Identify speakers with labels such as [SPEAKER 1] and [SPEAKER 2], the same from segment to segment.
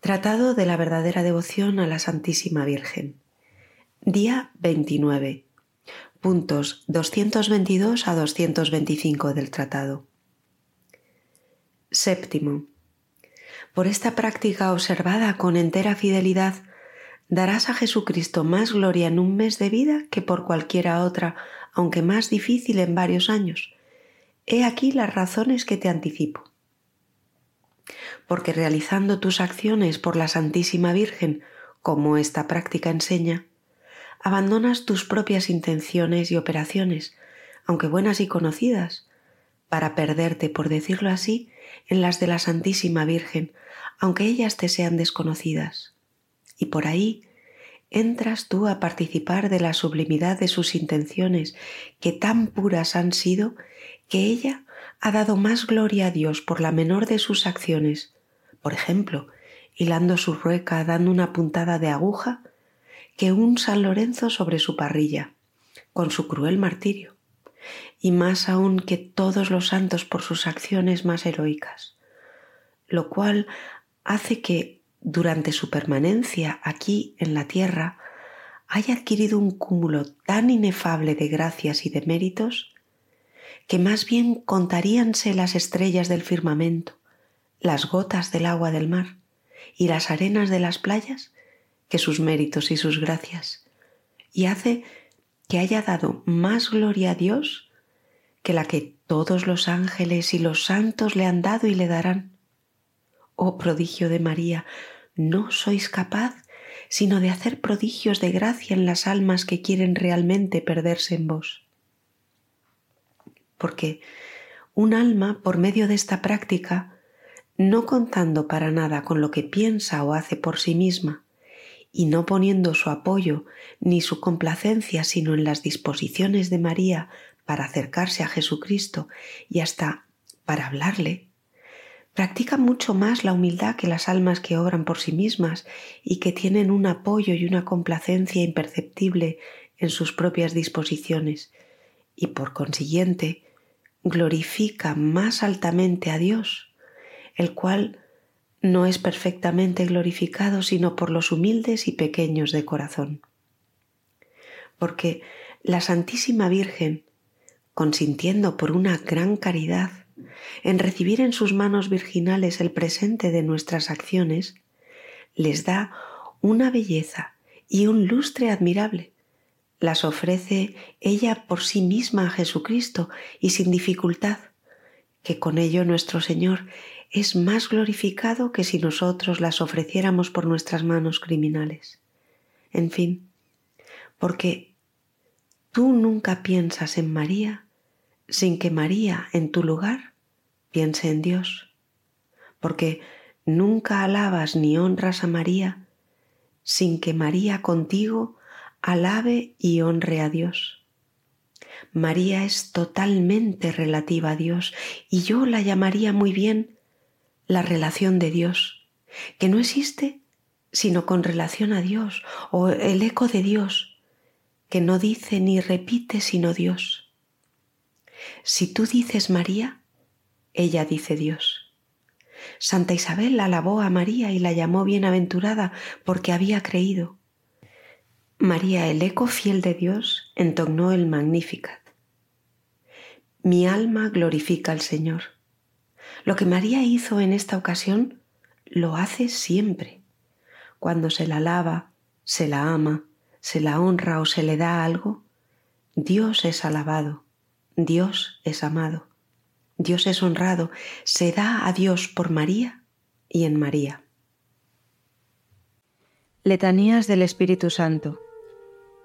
[SPEAKER 1] Tratado de la verdadera devoción a la Santísima Virgen. Día 29. Puntos 222 a 225 del tratado. Séptimo. Por esta práctica observada con entera fidelidad, darás a Jesucristo más gloria en un mes de vida que por cualquiera otra, aunque más difícil en varios años. He aquí las razones que te anticipo porque realizando tus acciones por la Santísima Virgen, como esta práctica enseña, abandonas tus propias intenciones y operaciones, aunque buenas y conocidas, para perderte, por decirlo así, en las de la Santísima Virgen, aunque ellas te sean desconocidas. Y por ahí entras tú a participar de la sublimidad de sus intenciones, que tan puras han sido, que ella ha dado más gloria a Dios por la menor de sus acciones, por ejemplo, hilando su rueca dando una puntada de aguja, que un San Lorenzo sobre su parrilla, con su cruel martirio, y más aún que todos los santos por sus acciones más heroicas, lo cual hace que, durante su permanencia aquí en la tierra, haya adquirido un cúmulo tan inefable de gracias y de méritos que más bien contaríanse las estrellas del firmamento, las gotas del agua del mar y las arenas de las playas que sus méritos y sus gracias, y hace que haya dado más gloria a Dios que la que todos los ángeles y los santos le han dado y le darán. Oh prodigio de María, no sois capaz sino de hacer prodigios de gracia en las almas que quieren realmente perderse en vos porque un alma, por medio de esta práctica, no contando para nada con lo que piensa o hace por sí misma, y no poniendo su apoyo ni su complacencia sino en las disposiciones de María para acercarse a Jesucristo y hasta para hablarle, practica mucho más la humildad que las almas que obran por sí mismas y que tienen un apoyo y una complacencia imperceptible en sus propias disposiciones, y por consiguiente glorifica más altamente a Dios, el cual no es perfectamente glorificado sino por los humildes y pequeños de corazón. Porque la Santísima Virgen, consintiendo por una gran caridad en recibir en sus manos virginales el presente de nuestras acciones, les da una belleza y un lustre admirable, las ofrece ella por sí misma a Jesucristo y sin dificultad, que con ello nuestro Señor es más glorificado que si nosotros las ofreciéramos por nuestras manos criminales. En fin, porque tú nunca piensas en María sin que María, en tu lugar, piense en Dios, porque nunca alabas ni honras a María sin que María contigo alabe y honre a Dios. María es totalmente relativa a Dios y yo la llamaría muy bien la relación de Dios, que no existe sino con relación a Dios o el eco de Dios, que no dice ni repite sino Dios. Si tú dices María, ella dice Dios. Santa Isabel alabó a María y la llamó bienaventurada porque había creído. María, el eco fiel de Dios, entonó el Magnificat. Mi alma glorifica al Señor. Lo que María hizo en esta ocasión lo hace siempre. Cuando se la alaba, se la ama, se la honra o se le da algo, Dios es alabado, Dios es amado, Dios es honrado, se da a Dios por María y en María.
[SPEAKER 2] Letanías del Espíritu Santo.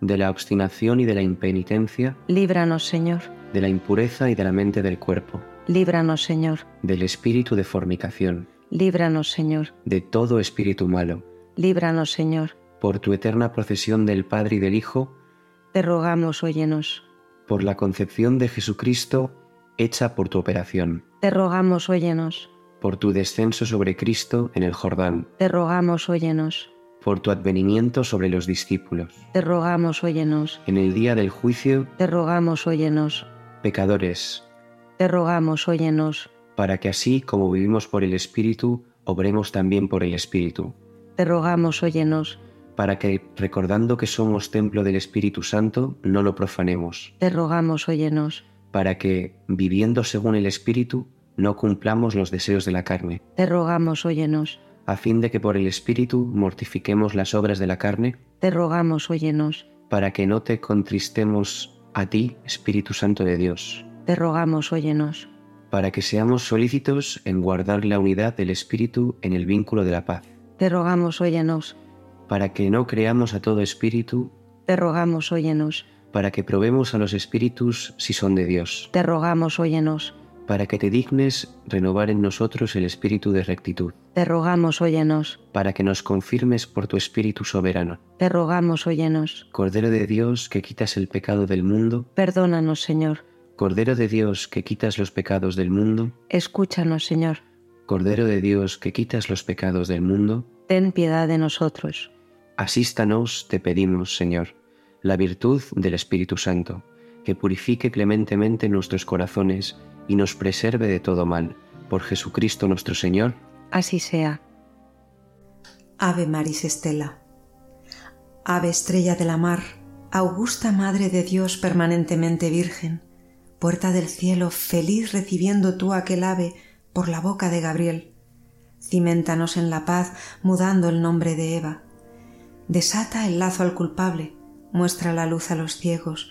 [SPEAKER 3] de la obstinación y de la impenitencia,
[SPEAKER 1] líbranos Señor,
[SPEAKER 3] de la impureza y de la mente del cuerpo,
[SPEAKER 1] líbranos Señor,
[SPEAKER 3] del espíritu de fornicación,
[SPEAKER 1] líbranos Señor,
[SPEAKER 3] de todo espíritu malo,
[SPEAKER 1] líbranos Señor,
[SPEAKER 3] por tu eterna procesión del Padre y del Hijo,
[SPEAKER 1] te rogamos óyenos,
[SPEAKER 3] por la concepción de Jesucristo hecha por tu operación,
[SPEAKER 1] te rogamos óyenos,
[SPEAKER 3] por tu descenso sobre Cristo en el Jordán,
[SPEAKER 1] te rogamos óyenos,
[SPEAKER 3] por tu advenimiento sobre los discípulos,
[SPEAKER 1] te rogamos óyenos,
[SPEAKER 3] en el día del juicio,
[SPEAKER 1] te rogamos óyenos,
[SPEAKER 3] pecadores,
[SPEAKER 1] te rogamos óyenos,
[SPEAKER 3] para que así como vivimos por el Espíritu, obremos también por el Espíritu,
[SPEAKER 1] te rogamos óyenos,
[SPEAKER 3] para que, recordando que somos templo del Espíritu Santo, no lo profanemos,
[SPEAKER 1] te rogamos óyenos,
[SPEAKER 3] para que, viviendo según el Espíritu, no cumplamos los deseos de la carne.
[SPEAKER 1] te rogamos óyenos,
[SPEAKER 3] a fin de que por el Espíritu mortifiquemos las obras de la carne,
[SPEAKER 1] te rogamos óyenos,
[SPEAKER 3] para que no te contristemos a ti, Espíritu Santo de Dios,
[SPEAKER 1] te rogamos óyenos,
[SPEAKER 3] para que seamos solícitos en guardar la unidad del Espíritu en el vínculo de la paz,
[SPEAKER 1] te rogamos óyenos,
[SPEAKER 3] para que no creamos a todo espíritu,
[SPEAKER 1] te rogamos óyenos,
[SPEAKER 3] para que probemos a los espíritus si son de Dios,
[SPEAKER 1] te rogamos óyenos,
[SPEAKER 3] para que te dignes renovar en nosotros el espíritu de rectitud,
[SPEAKER 1] te rogamos óyenos,
[SPEAKER 3] para que nos confirmes por tu Espíritu soberano,
[SPEAKER 1] te rogamos óyenos,
[SPEAKER 3] Cordero de Dios que quitas el pecado del mundo,
[SPEAKER 1] perdónanos Señor,
[SPEAKER 3] Cordero de Dios que quitas los pecados del mundo,
[SPEAKER 1] escúchanos Señor,
[SPEAKER 3] Cordero de Dios que quitas los pecados del mundo,
[SPEAKER 1] ten piedad de nosotros,
[SPEAKER 3] asístanos, te pedimos, Señor, la virtud del Espíritu Santo, que purifique clementemente nuestros corazones y nos preserve de todo mal. Por Jesucristo nuestro Señor.
[SPEAKER 1] así sea.
[SPEAKER 2] Ave Maris Estela. Ave estrella de la mar, augusta Madre de Dios permanentemente Virgen, puerta del cielo, feliz recibiendo tú aquel ave por la boca de Gabriel. Cimentanos en la paz, mudando el nombre de Eva. Desata el lazo al culpable, muestra la luz a los ciegos,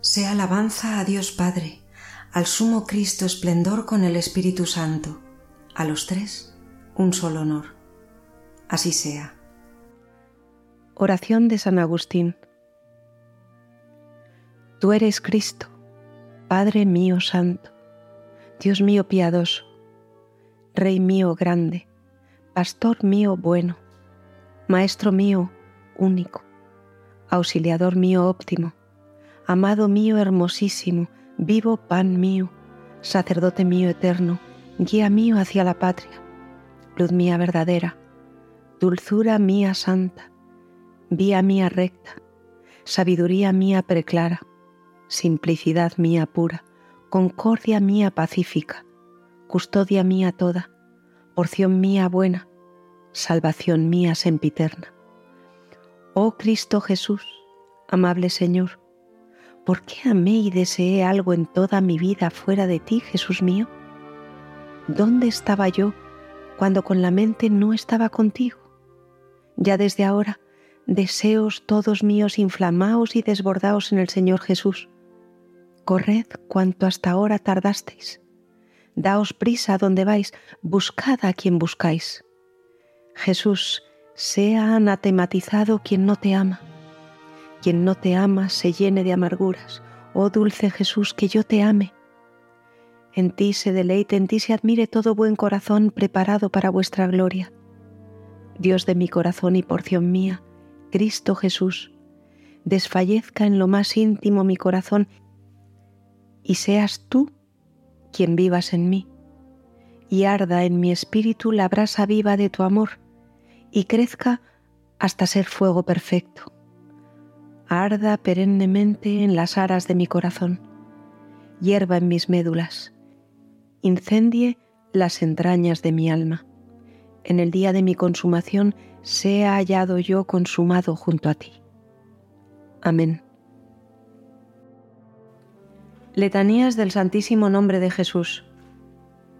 [SPEAKER 2] Sea alabanza a Dios Padre,
[SPEAKER 4] al sumo Cristo esplendor con el Espíritu Santo, a los tres un solo honor. Así sea.
[SPEAKER 2] Oración de San Agustín. Tú eres Cristo, Padre mío santo, Dios mío piadoso, Rey mío grande, Pastor mío bueno, Maestro mío único, Auxiliador mío óptimo, Amado mío hermosísimo, vivo pan mío, sacerdote mío eterno, guía mío hacia la patria, luz mía verdadera, dulzura mía santa, vía mía recta, sabiduría mía preclara, simplicidad mía pura, concordia mía pacífica, custodia mía toda, porción mía buena, salvación mía sempiterna. Oh Cristo Jesús, amable Señor, ¿por qué amé y deseé algo en toda mi vida fuera de ti, Jesús mío? ¿Dónde estaba yo cuando con la mente no estaba contigo? Ya desde ahora, deseos todos míos inflamaos y desbordaos en el Señor Jesús. Corred cuanto hasta ahora tardasteis. Daos prisa donde vais, buscad a quien buscáis. Jesús, sea anatematizado quien no te ama. Quien no te ama se llene de amarguras. Oh dulce Jesús, que yo te ame. En ti se deleite, en ti se admire todo buen corazón preparado para vuestra gloria. Dios de mi corazón y porción mía, Cristo Jesús, desfallezca en lo más íntimo mi corazón y seas tú quien vivas en mí, y arda en mi espíritu la brasa viva de tu amor, y crezca hasta ser fuego perfecto arda perennemente en las aras de mi corazón, hierba en mis médulas, incendie las entrañas de mi alma. En el día de mi consumación sea hallado yo consumado junto a ti. Amén. Letanías del Santísimo Nombre de Jesús.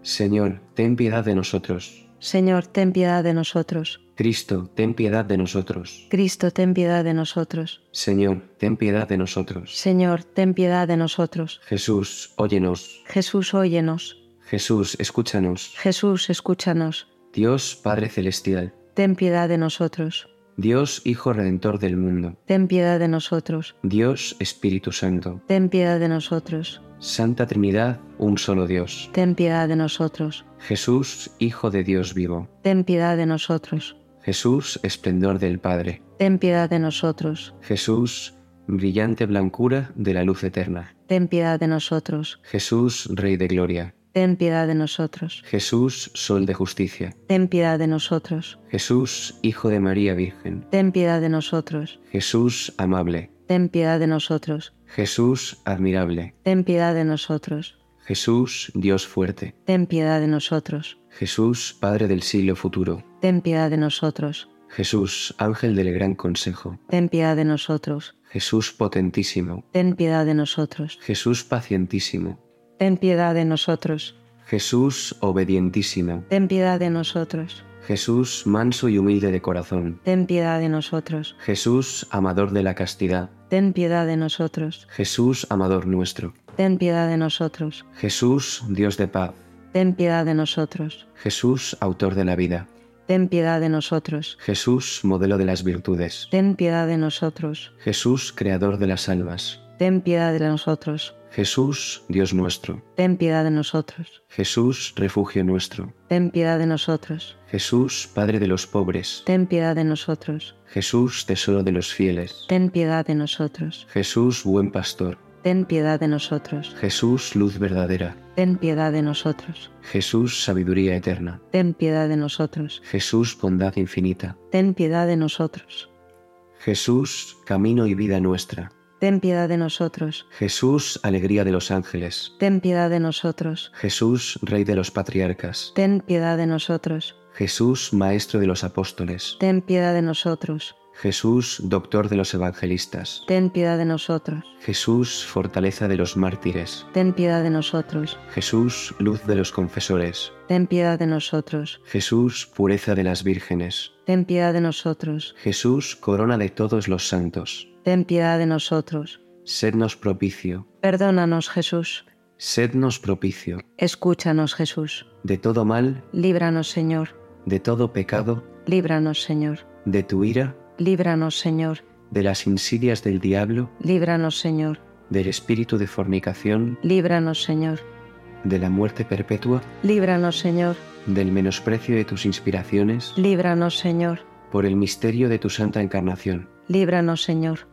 [SPEAKER 3] Señor, ten piedad de nosotros.
[SPEAKER 2] Señor, ten piedad de nosotros.
[SPEAKER 3] Cristo, ten piedad de nosotros.
[SPEAKER 2] Cristo, ten piedad de nosotros.
[SPEAKER 3] Señor, ten piedad de nosotros.
[SPEAKER 2] Señor, ten piedad de nosotros.
[SPEAKER 3] Jesús, óyenos.
[SPEAKER 2] Jesús, óyenos.
[SPEAKER 3] Jesús, escúchanos.
[SPEAKER 2] Jesús, escúchanos.
[SPEAKER 3] Dios Padre Celestial,
[SPEAKER 2] Ten piedad de nosotros.
[SPEAKER 3] Dios Hijo Redentor del mundo,
[SPEAKER 2] Ten piedad de nosotros.
[SPEAKER 3] Dios Espíritu Santo,
[SPEAKER 2] Ten piedad de nosotros.
[SPEAKER 3] Santa Trinidad, un solo Dios.
[SPEAKER 2] Ten piedad de nosotros.
[SPEAKER 3] Jesús, Hijo de Dios vivo.
[SPEAKER 2] Ten piedad de nosotros.
[SPEAKER 3] Jesús, esplendor del Padre.
[SPEAKER 2] Ten piedad de nosotros.
[SPEAKER 3] Jesús, brillante blancura de la luz eterna.
[SPEAKER 2] Ten piedad de nosotros.
[SPEAKER 3] Jesús, Rey de Gloria.
[SPEAKER 2] Ten piedad de nosotros.
[SPEAKER 3] Jesús, Sol de Justicia.
[SPEAKER 2] Ten piedad de nosotros.
[SPEAKER 3] Jesús, Hijo de María Virgen.
[SPEAKER 2] Ten piedad de nosotros.
[SPEAKER 3] Jesús, amable.
[SPEAKER 2] Ten piedad de nosotros.
[SPEAKER 3] Jesús, admirable.
[SPEAKER 2] Ten piedad de nosotros.
[SPEAKER 3] Jesús, Dios fuerte.
[SPEAKER 2] Ten piedad de nosotros.
[SPEAKER 3] Jesús, Padre del siglo futuro.
[SPEAKER 2] Ten piedad de nosotros.
[SPEAKER 3] Jesús, Ángel del Gran Consejo.
[SPEAKER 2] Ten piedad de nosotros.
[SPEAKER 3] Jesús potentísimo.
[SPEAKER 2] Ten piedad de nosotros.
[SPEAKER 3] Jesús pacientísimo.
[SPEAKER 2] Ten piedad de nosotros.
[SPEAKER 3] Jesús obedientísimo.
[SPEAKER 2] Ten piedad de nosotros.
[SPEAKER 3] Jesús manso y humilde de corazón.
[SPEAKER 2] Ten piedad de nosotros.
[SPEAKER 3] Jesús amador de la castidad.
[SPEAKER 2] Ten piedad de nosotros.
[SPEAKER 3] Jesús amador nuestro.
[SPEAKER 2] Ten piedad de nosotros.
[SPEAKER 3] Jesús Dios de paz.
[SPEAKER 2] Ten piedad de nosotros.
[SPEAKER 3] Jesús autor de la vida.
[SPEAKER 2] Ten piedad de nosotros.
[SPEAKER 3] Jesús modelo de las virtudes.
[SPEAKER 2] Ten piedad de nosotros.
[SPEAKER 3] Jesús creador de las almas.
[SPEAKER 2] Ten piedad de nosotros.
[SPEAKER 3] Jesús Dios nuestro.
[SPEAKER 2] Ten piedad de nosotros.
[SPEAKER 3] Jesús refugio nuestro.
[SPEAKER 2] Ten piedad de nosotros.
[SPEAKER 3] Jesús Padre de los pobres.
[SPEAKER 2] Ten piedad de nosotros.
[SPEAKER 3] Jesús tesoro de los fieles.
[SPEAKER 2] Ten piedad de nosotros.
[SPEAKER 3] Jesús buen pastor.
[SPEAKER 2] Ten piedad de nosotros.
[SPEAKER 3] Jesús luz verdadera.
[SPEAKER 2] Ten piedad de nosotros.
[SPEAKER 3] Jesús sabiduría eterna.
[SPEAKER 2] Ten piedad de nosotros.
[SPEAKER 3] Jesús bondad infinita.
[SPEAKER 2] Ten piedad de nosotros.
[SPEAKER 3] Jesús camino y vida nuestra.
[SPEAKER 2] Ten piedad de nosotros.
[SPEAKER 3] Jesús alegría de los ángeles.
[SPEAKER 2] Ten piedad de nosotros.
[SPEAKER 3] Jesús Rey de los patriarcas.
[SPEAKER 2] Ten piedad de nosotros.
[SPEAKER 3] Jesús Maestro de los apóstoles.
[SPEAKER 2] Ten piedad de nosotros.
[SPEAKER 3] Jesús Doctor de los evangelistas.
[SPEAKER 2] Ten piedad de nosotros.
[SPEAKER 3] Jesús fortaleza de los mártires.
[SPEAKER 2] Ten piedad de nosotros.
[SPEAKER 3] Jesús luz de los confesores.
[SPEAKER 2] Ten piedad de nosotros.
[SPEAKER 3] Jesús pureza de las vírgenes.
[SPEAKER 2] Ten piedad de nosotros.
[SPEAKER 3] Jesús corona de todos los santos.
[SPEAKER 2] Ten piedad de nosotros.
[SPEAKER 3] Sednos propicio.
[SPEAKER 2] Perdónanos, Jesús.
[SPEAKER 3] Sednos propicio
[SPEAKER 2] Escúchanos, Jesús.
[SPEAKER 3] de todo mal,
[SPEAKER 2] Líbranos, Señor.
[SPEAKER 3] de todo pecado,
[SPEAKER 2] Líbranos, Señor.
[SPEAKER 3] de tu ira,
[SPEAKER 2] Líbranos, Señor.
[SPEAKER 3] de las insidias del diablo,
[SPEAKER 2] Líbranos, Señor.
[SPEAKER 3] del espíritu de fornicación,
[SPEAKER 2] Líbranos, Señor.
[SPEAKER 3] de la muerte perpetua,
[SPEAKER 2] Líbranos, Señor.
[SPEAKER 3] del menosprecio de tus inspiraciones,
[SPEAKER 2] Líbranos, Señor.
[SPEAKER 3] por el misterio de tu santa encarnación,
[SPEAKER 2] Líbranos, Señor.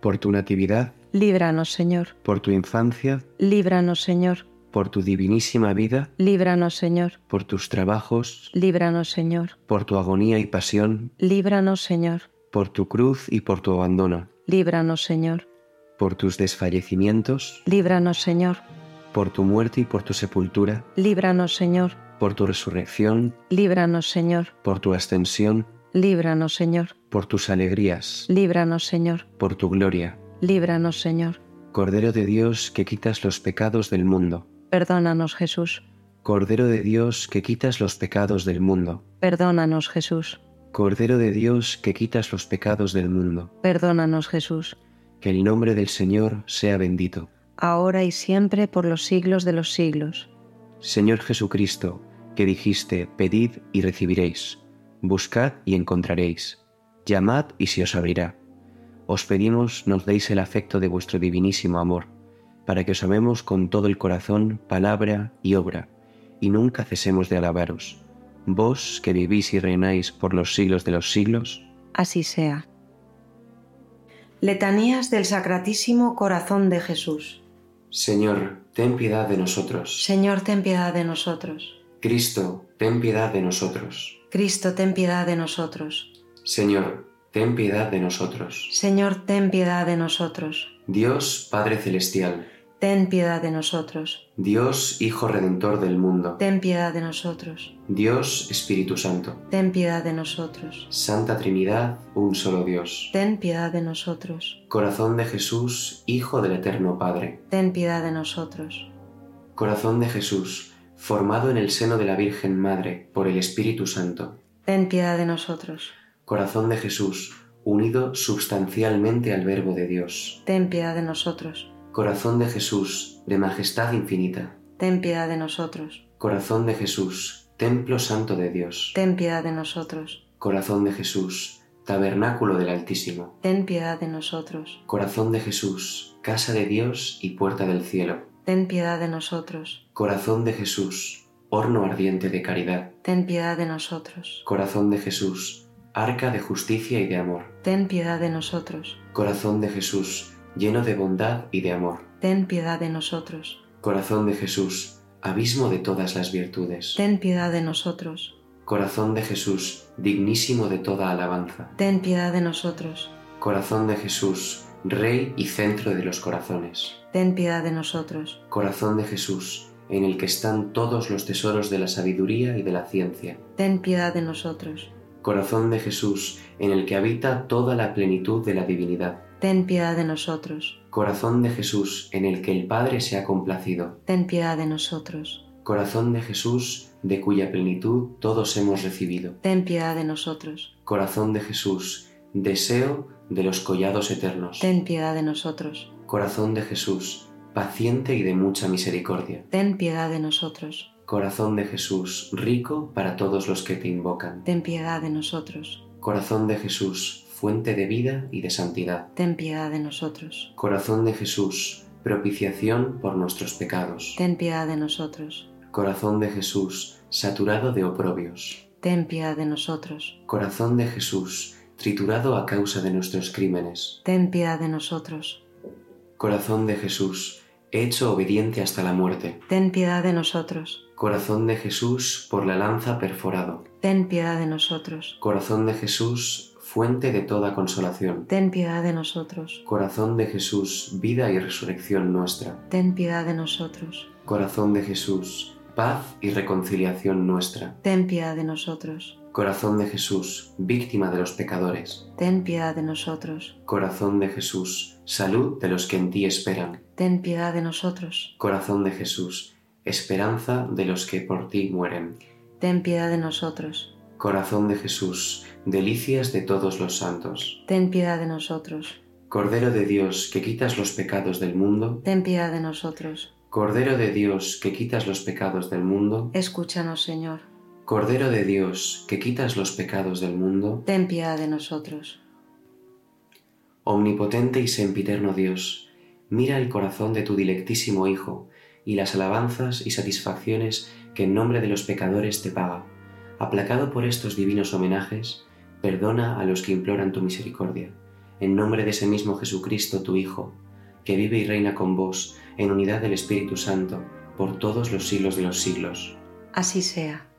[SPEAKER 3] por tu natividad,
[SPEAKER 2] Líbranos, Señor.
[SPEAKER 3] por tu infancia,
[SPEAKER 2] Líbranos, Señor.
[SPEAKER 3] por tu divinísima vida,
[SPEAKER 2] Líbranos, Señor.
[SPEAKER 3] por tus trabajos,
[SPEAKER 2] Líbranos, Señor.
[SPEAKER 3] por tu agonía y pasión,
[SPEAKER 2] Líbranos, Señor.
[SPEAKER 3] por tu cruz y por tu abandono,
[SPEAKER 2] Líbranos, Señor.
[SPEAKER 3] por tus desfallecimientos,
[SPEAKER 2] Líbranos, Señor.
[SPEAKER 3] por tu muerte y por tu sepultura,
[SPEAKER 2] Líbranos, Señor.
[SPEAKER 3] por tu resurrección,
[SPEAKER 2] Líbranos, Señor.
[SPEAKER 3] por tu ascensión,
[SPEAKER 2] Líbranos, Señor.
[SPEAKER 3] por tus alegrías,
[SPEAKER 2] Líbranos, Señor.
[SPEAKER 3] por tu gloria.
[SPEAKER 2] Líbranos, Señor.
[SPEAKER 3] Cordero de Dios que quitas los pecados del mundo.
[SPEAKER 2] Perdónanos, Jesús.
[SPEAKER 3] Cordero de Dios que quitas los pecados del mundo.
[SPEAKER 2] Perdónanos, Jesús.
[SPEAKER 3] Cordero de Dios que quitas los pecados del mundo.
[SPEAKER 2] Perdónanos, Jesús.
[SPEAKER 3] Que el nombre del Señor sea bendito.
[SPEAKER 2] Ahora y siempre por los siglos de los siglos.
[SPEAKER 3] Señor Jesucristo, que dijiste, pedid y recibiréis, buscad y encontraréis, llamad y se os abrirá. Os pedimos nos deis el afecto de vuestro divinísimo amor, para que os amemos con todo el corazón, palabra y obra, y nunca cesemos de alabaros. Vos que vivís y reináis por los siglos de los siglos,
[SPEAKER 2] Así sea.
[SPEAKER 1] Letanías del Sacratísimo Corazón de Jesús.
[SPEAKER 3] Señor, ten piedad de nosotros.
[SPEAKER 1] Señor, ten piedad de nosotros.
[SPEAKER 3] Cristo, ten piedad de nosotros.
[SPEAKER 1] Cristo, ten piedad de nosotros.
[SPEAKER 3] Señor, ten piedad de nosotros.
[SPEAKER 1] Señor, ten piedad de nosotros.
[SPEAKER 3] Dios Padre Celestial,
[SPEAKER 1] Ten piedad de nosotros.
[SPEAKER 3] Dios Hijo Redentor del mundo,
[SPEAKER 1] Ten piedad de nosotros.
[SPEAKER 3] Dios Espíritu Santo,
[SPEAKER 1] Ten piedad de nosotros.
[SPEAKER 3] Santa Trinidad, un solo Dios.
[SPEAKER 1] Ten piedad de nosotros.
[SPEAKER 3] Corazón de Jesús, Hijo del Eterno Padre.
[SPEAKER 1] Ten piedad de nosotros.
[SPEAKER 3] Corazón de Jesús, formado en el seno de la Virgen Madre por el Espíritu Santo.
[SPEAKER 1] Ten piedad de nosotros.
[SPEAKER 3] Corazón de Jesús, unido substancialmente al Verbo de Dios.
[SPEAKER 1] Ten piedad de nosotros.
[SPEAKER 3] Corazón de Jesús, de majestad infinita.
[SPEAKER 1] Ten piedad de nosotros.
[SPEAKER 3] Corazón de Jesús, templo santo de Dios.
[SPEAKER 1] Ten piedad de nosotros.
[SPEAKER 3] Corazón de Jesús, tabernáculo del Altísimo.
[SPEAKER 1] Ten piedad de nosotros.
[SPEAKER 3] Corazón de Jesús, casa de Dios y puerta del cielo.
[SPEAKER 1] Ten piedad de nosotros.
[SPEAKER 3] Corazón de Jesús, horno ardiente de caridad.
[SPEAKER 1] Ten piedad de nosotros.
[SPEAKER 3] Corazón de Jesús, arca de justicia y de amor.
[SPEAKER 1] Ten piedad de nosotros.
[SPEAKER 3] Corazón de Jesús, lleno de bondad y de amor.
[SPEAKER 1] Ten piedad de nosotros.
[SPEAKER 3] Corazón de Jesús, abismo de todas las virtudes.
[SPEAKER 1] Ten piedad de nosotros.
[SPEAKER 3] Corazón de Jesús, dignísimo de toda alabanza.
[SPEAKER 1] Ten piedad de nosotros.
[SPEAKER 3] Corazón de Jesús, rey y centro de los corazones.
[SPEAKER 1] Ten piedad de nosotros.
[SPEAKER 3] Corazón de Jesús, en el que están todos los tesoros de la sabiduría y de la ciencia.
[SPEAKER 1] Ten piedad de nosotros.
[SPEAKER 3] Corazón de Jesús, en el que habita toda la plenitud de la divinidad.
[SPEAKER 1] Ten piedad de nosotros.
[SPEAKER 3] Corazón de Jesús, en el que el Padre se ha complacido.
[SPEAKER 1] Ten piedad de nosotros.
[SPEAKER 3] Corazón de Jesús, de cuya plenitud todos hemos recibido.
[SPEAKER 1] Ten piedad de nosotros.
[SPEAKER 3] Corazón de Jesús, deseo de los collados eternos.
[SPEAKER 1] Ten piedad de nosotros.
[SPEAKER 3] Corazón de Jesús, paciente y de mucha misericordia.
[SPEAKER 1] Ten piedad de nosotros.
[SPEAKER 3] Corazón de Jesús, rico para todos los que te invocan.
[SPEAKER 1] Ten piedad de nosotros.
[SPEAKER 3] Corazón de Jesús, fuente de vida y de santidad.
[SPEAKER 1] Ten piedad de nosotros.
[SPEAKER 3] Corazón de Jesús, propiciación por nuestros pecados.
[SPEAKER 1] Ten piedad de nosotros.
[SPEAKER 3] Corazón de Jesús, saturado de oprobios.
[SPEAKER 1] Ten piedad de nosotros.
[SPEAKER 3] Corazón de Jesús, triturado a causa de nuestros crímenes.
[SPEAKER 1] Ten piedad de nosotros.
[SPEAKER 3] Corazón de Jesús, hecho obediente hasta la muerte.
[SPEAKER 1] Ten piedad de nosotros.
[SPEAKER 3] Corazón de Jesús, por la lanza perforado.
[SPEAKER 1] Ten piedad de nosotros.
[SPEAKER 3] Corazón de Jesús, fuente de toda consolación.
[SPEAKER 1] Ten piedad de nosotros.
[SPEAKER 3] Corazón de Jesús, vida y resurrección nuestra.
[SPEAKER 1] Ten piedad de nosotros.
[SPEAKER 3] Corazón de Jesús, paz y reconciliación nuestra.
[SPEAKER 1] Ten piedad de nosotros.
[SPEAKER 3] Corazón de Jesús, víctima de los pecadores.
[SPEAKER 1] Ten piedad de nosotros.
[SPEAKER 3] Corazón de Jesús, salud de los que en ti esperan.
[SPEAKER 1] Ten piedad de nosotros.
[SPEAKER 3] Corazón de Jesús, esperanza de los que por ti mueren.
[SPEAKER 1] Ten piedad de nosotros.
[SPEAKER 3] Corazón de Jesús, delicias de todos los santos.
[SPEAKER 1] Ten piedad de nosotros.
[SPEAKER 3] Cordero de Dios que quitas los pecados del mundo,
[SPEAKER 1] Ten piedad de nosotros.
[SPEAKER 3] Cordero de Dios que quitas los pecados del mundo,
[SPEAKER 5] Escúchanos, Señor.
[SPEAKER 3] Cordero de Dios que quitas los pecados del mundo,
[SPEAKER 5] Ten piedad de nosotros.
[SPEAKER 3] Omnipotente y sempiterno Dios, mira el corazón de tu dilectísimo Hijo y las alabanzas y satisfacciones que en nombre de los pecadores te paga. Aplacado por estos divinos homenajes, perdona a los que imploran tu misericordia. En nombre de ese mismo Jesucristo, tu Hijo, que vive y reina con vos en unidad del Espíritu Santo por todos los siglos de los siglos.
[SPEAKER 5] Así sea.